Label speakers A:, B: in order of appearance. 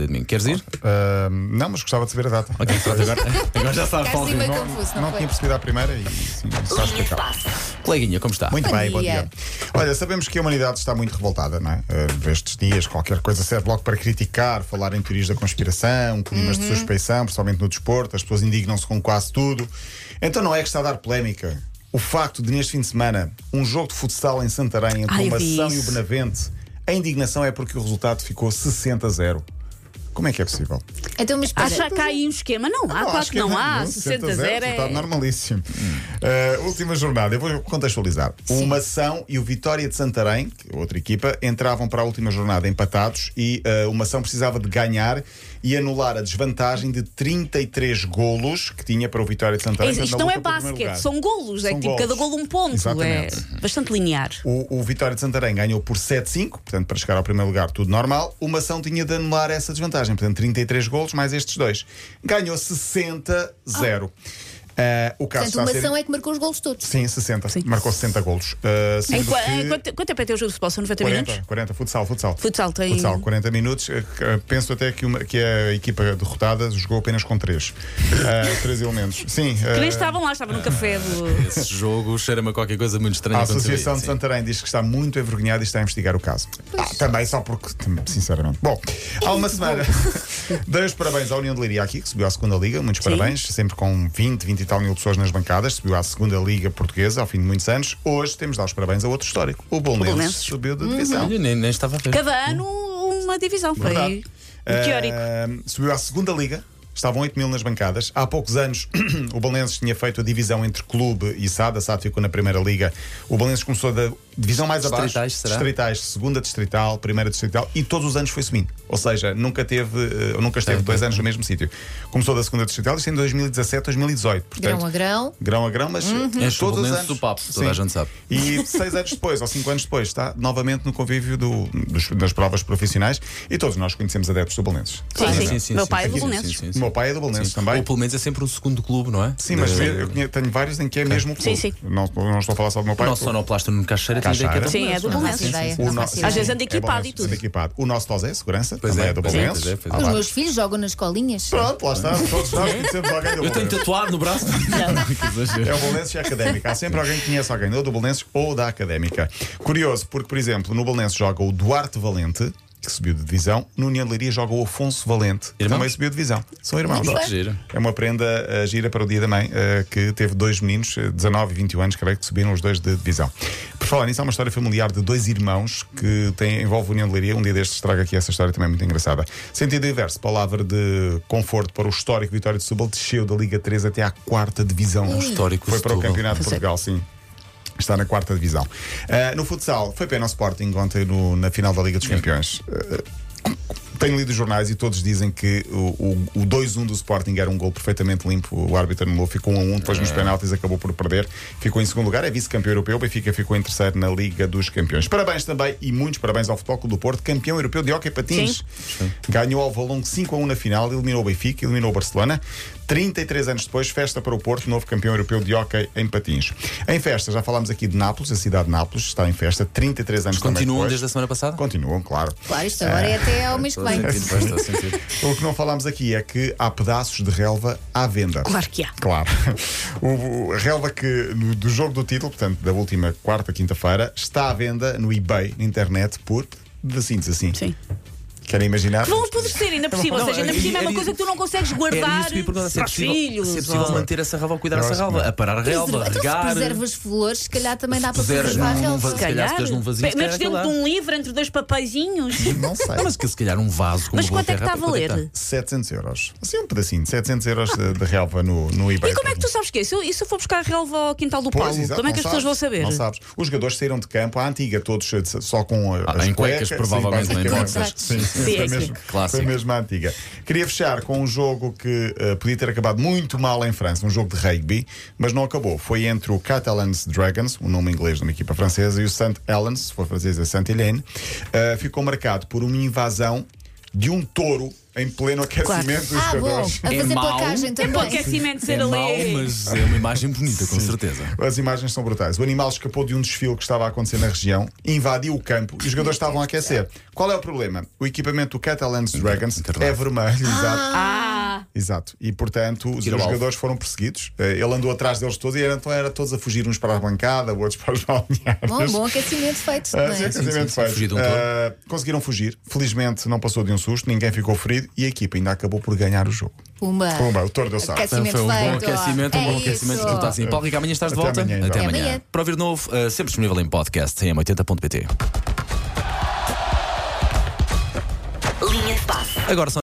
A: de domingo. Queres ir?
B: Ah, não, mas gostava de saber a data.
A: Ok, pronto, agora, agora já sabes,
C: Ficaste
A: Paulo.
C: assim meio
A: Rico.
C: confuso,
B: Não,
C: não
B: tinha
C: foi?
B: percebido à primeira e sim, só
C: Linha de
B: explicar.
C: passe.
A: Coleguinha, como está?
B: Muito
C: Bom
B: bem, bom
C: dia.
B: dia. Olha, sabemos que a humanidade está muito revoltada, não é? Eh, estes dias, qualquer coisa serve logo para criticar, falar em teorias da conspiração, climas
D: Uhum.
B: de suspeição, principalmente no desporto, as pessoas indignam-se com quase tudo. Então não é que está a dar polémica. O facto de, neste fim de semana, um jogo de futsal em Santarém entre
D: Ai,
B: o
D: eu vi
B: Mação e o
D: isso.
B: Benavente, a indignação é porque o resultado ficou 60 a 0. Como é que é possível?
C: Então, mas espera.
D: Acha que há aí um esquema? Não há,
B: é acho
D: claro que
B: é
D: não há.
B: nenhum.
D: 60 a
B: 60
D: 0
B: Está
D: é.
B: normalíssimo. Uh, última jornada, eu vou contextualizar. O Mação e o Vitória de Santarém, que é outra equipa, entravam para a última jornada empatados e uh, o Mação precisava de ganhar e anular a desvantagem de 33 golos que tinha para o Vitória de Santarém.
D: Isto
B: portanto, na
D: não é
B: luta pelo primeiro
D: basquete,
B: lugar.
D: são golos. é
B: São
D: tipo cada
B: golos.
D: golo um ponto.
B: Exatamente.
D: É bastante linear.
B: O, o Vitória de Santarém ganhou por 7-5, portanto, para chegar ao primeiro lugar, tudo normal. O Mação tinha de anular essa desvantagem, portanto, 33 golos mais estes dois. Ganhou 60-0. Ah, o caso
C: Portanto,
B: está
C: uma
B: a ser...
C: ação é que marcou os golos todos.
B: Sim, 60.
D: Sim.
B: Marcou 60 golos. Ah, sendo
D: Em, qua- em
B: que
D: quanto, quanto tempo é que tem o jogo de futebol? São 90
B: 40,
D: minutos?
B: 40, futsal, futsal.
D: Futsal tem- um-
B: Futsal, 40 minutos. Eh, que, eh, Penso até que, uma- que a equipa derrotada jogou apenas com 3. 3 elementos. Sim.
D: Que nem
B: ah,
D: estavam lá, estavam no café do.
B: eh,
A: Esse jogo cheira-me a qualquer coisa muito estranha.
B: A
A: quando se vê,
B: Associação de
A: sim.
B: Santarém diz que está muito envergonhada e está a investigar o caso. Ah, também só porque, sinceramente. Bom, há uma semana, dei os parabéns à União de Leiria aqui, que subiu à segunda Liga, muitos parabéns, sempre com 20, 20 e tal mil pessoas nas bancadas, subiu à segunda Liga Portuguesa ao fim de muitos anos. Hoje temos de dar os parabéns a outro histórico, o Bolonenses
D: Bolonenses.
B: subiu de divisão.
A: Olha, nem, nem estava a ver.
D: Cada um ano uma divisão. Foi
B: Verdade.
D: teórico.
B: Ah, subiu à segunda liga. Estavam 8 mil nas bancadas. Há poucos anos o Balenços tinha feito a divisão entre clube e SAD. A SAD ficou na primeira liga. O Balenços começou da divisão mais abaixo.
A: Distritais, será?
B: Distritais, segunda distrital, primeira distrital e todos os anos foi subindo. Ou seja, nunca teve, eh, nunca esteve
A: Tem,
B: dois
A: tem,
B: anos no mesmo sítio. Começou da segunda distrital, isto em 2017, 2018. Portanto,
C: Grão a grão.
B: grão a grão, mas
D: Uhum.
B: eh,
A: É
B: todos os
A: chubulense
B: anos.
A: do papo, toda a gente sabe.
B: E seis anos depois, ou cinco anos depois, está novamente no convívio do- dos- das provas profissionais e todos nós conhecemos adeptos do Belenenses.
D: Sim, sim.
A: Sim, sim,
D: Meu
A: sim,
D: pai é
A: sim,
D: do
A: sim,
D: Bolonenses.
A: sim,
B: O
A: sim.
B: meu pai é do Belenenses também.
A: Ou pelo menos é sempre o segundo clube, não é?
B: Sim, mas
A: De-
B: eu conhe- tenho vários em que é mesmo o clube.
D: sim.
B: Não, não estou a falar só do meu
A: O
B: pai.
A: nosso sonoplasta no Caixeira tem ideia que é
B: Caixeira.
A: do
D: Sim, é do
A: Bolonenses, não
C: Não faço
D: Bolonenses.
C: ideia.
B: O
C: Não
B: no-
C: faço
D: Às vezes
C: ideia.
D: anda
B: É
D: equipado e
B: Belenenses,
D: tudo.
B: anda equipado. O nosso Tosé, segurança,
A: Pois
B: também
A: é,
B: é do
A: pois é,
B: Belenenses.
A: pois é, pois é.
B: Ah,
C: Os
B: lá.
C: meus filhos jogam nas colinhas.
B: Pronto, lá está. Todos nós conhecemos alguém do
A: Eu tenho
B: Belenenses.
A: tatuado no braço. Que exagero.
B: É o Belenenses e a Académica. Há sempre alguém que conhece alguém ou do Belenenses ou da Académica. Curioso, porque, por exemplo, no Belenenses joga o Duarte Valente, que subiu de divisão. No União de Leiria joga o Afonso Valente, que
A: Irmãos?
B: também subiu de divisão. São irmãos.
A: Muito bem. Giro.
B: É uma prenda eh, gira para o dia da mãe, eh, que teve dois meninos, eh, 19 e 21 anos, creio que subiram os dois de divisão. Por falar nisso, há uma história familiar de dois irmãos que tem, envolve o União de Leiria. Um dia destes trago aqui essa história também muito engraçada. Sentido inverso, palavra de conforto para o histórico Vitória de Setúbal, desceu da Liga 3 até à quarta divisão.
A: O um histórico
B: Foi para o
A: Setúbal.
B: Campeonato de Portugal, sim. Está na quarta divisão. Ah, no futsal, foi pena ao Sporting ontem no- na final da Liga dos Campeões. Ah, tenho lido os jornais e todos dizem que o, o- o 2-1 do Sporting era um gol perfeitamente limpo. O árbitro anulou, ficou 1-1, depois nos penaltis acabou por perder. Ficou em segundo lugar, é vice-campeão europeu. O Benfica ficou em terceiro na Liga dos Campeões. Parabéns também e muitos parabéns ao Futebol Clube do Porto, campeão europeu de hóquei patins. Ganhou ao Valongo 5-1 na final, eliminou o Benfica, eliminou o Barcelona. 33 anos depois, festa para o Porto, novo campeão europeu de hóquei em patins. Em festa, já falámos aqui de Nápoles, a cidade de Nápoles está em festa, 33 anos também
A: Continuam
B: depois.
A: desde a semana passada?
B: Continuam, claro.
C: Claro, isto agora é até ao mês que
A: Estou a
C: vem.
A: sentir, pois, estou a sentir.
B: O que não falámos aqui é que há pedaços de relva à venda.
D: Claro que há.
B: Claro. O, o- a relva que no- do jogo do título, portanto, da última quarta, quinta-feira, está à venda no eBay, na internet, por decintos assim.
D: Sim.
B: Querem imaginar?
D: Vão apodrecer ainda por cima, ou
A: Não,
D: seja, ainda por cima é
A: era-
D: uma coisa que tu não consegues
A: Era
D: guardar
A: isso que eu ia perguntar, se é
D: para os
A: possível,
D: filhos.
A: se é possível
D: ou-
A: manter essa relva ou cuidar
B: Eu
A: dessa
B: acho que
A: relva,
B: não.
A: a parar a relva, a
C: Então, se
A: regar.
C: preservas flores, se calhar também dá para
A: puseres num-
C: preservar
A: num
C: relva.
A: vaso- Se calhar, se deres num vazio, se
D: metes
A: calhar
D: dentro de
A: aquilo
D: um livro entre dois papeizinhos.
B: Não sei.
A: Não, mas que se calhar um vaso com
D: Mas
A: uma boa
D: quanto é que
A: terra,
D: está a
A: quanto que
D: valer?
A: está?
B: 700 euros. Assim, um pedacinho de 700 euros de, de relva no, no eBay.
D: E como é que tu sabes que é? Se eu, e se eu for buscar a relva ao quintal do
B: Pois,
D: Paulo,
B: exato,
D: como é que as
B: não
D: pessoas vão
B: sabes,
D: saber?
B: Não sabes. Os jogadores saíram de campo à antiga, todos eh, só com eh,
A: Ah,
B: as
A: em cuecas,
B: sim,
A: provavelmente, não é em
B: basicamente.
A: boxers.
B: Sim,
D: Sim, é
B: foi,
D: sim.
B: mesmo, foi
A: Clássico.
B: mesmo à antiga. Queria fechar com um jogo que eh, podia ter acabado muito mal em França, um jogo de rugby, mas não acabou. Foi entre o Catalans Dragons, o nome inglês de uma equipa francesa, e o St. Helens, se for francesa, St. Helene. Eh, ficou marcado por uma invasão de um touro em pleno aquecimento dos
C: Ah, bom, a
B: jogadores.
C: fazer
A: mau.
C: placagem
D: É
C: também.
D: para o aquecimento ser
A: É mau,
D: ali.
A: mas é uma imagem bonita, com certeza.
B: As imagens são brutais. O animal escapou de um desfile que estava a acontecer na região, invadiu o campo e os jogadores estavam a aquecer. Qual é o problema? O equipamento do Catalans Dragons é
A: Interlagos.
B: vermelho, exato.
D: Ah,
B: Exato. E portanto, os, os
A: Tira o alvo.
B: jogadores foram perseguidos. Eh, Ele andou atrás deles todos e eram, então era todos a fugir uns para a bancada, outros para os balneários.
C: Bom, bom aquecimento feito é?
B: Ah,
C: também.
B: sim,
A: sim,
B: sim,
A: sim,
B: faz.
A: fugir de um
B: Ah,
A: touro.
B: conseguiram fugir. Felizmente não passou de um susto, ninguém ficou ferido e a equipa ainda acabou por ganhar o jogo.
C: Pumba.
B: Pumba, o touro deu sorte.
C: Aquece- Aquecimento
A: Foi um bom
C: feito, ó.
A: aquecimento, um
C: É
A: bom aquecimento.
C: isso.
A: Aquilo está assim. Paulo Rico, amanhã estás de
B: Até
A: volta?
B: amanhã, então.
A: Até
C: Amanhã.
A: amanhã. Para ouvir de novo, eh, sempre disponível em podcast em m80.pt.
E: Linha de passe.
A: Agora são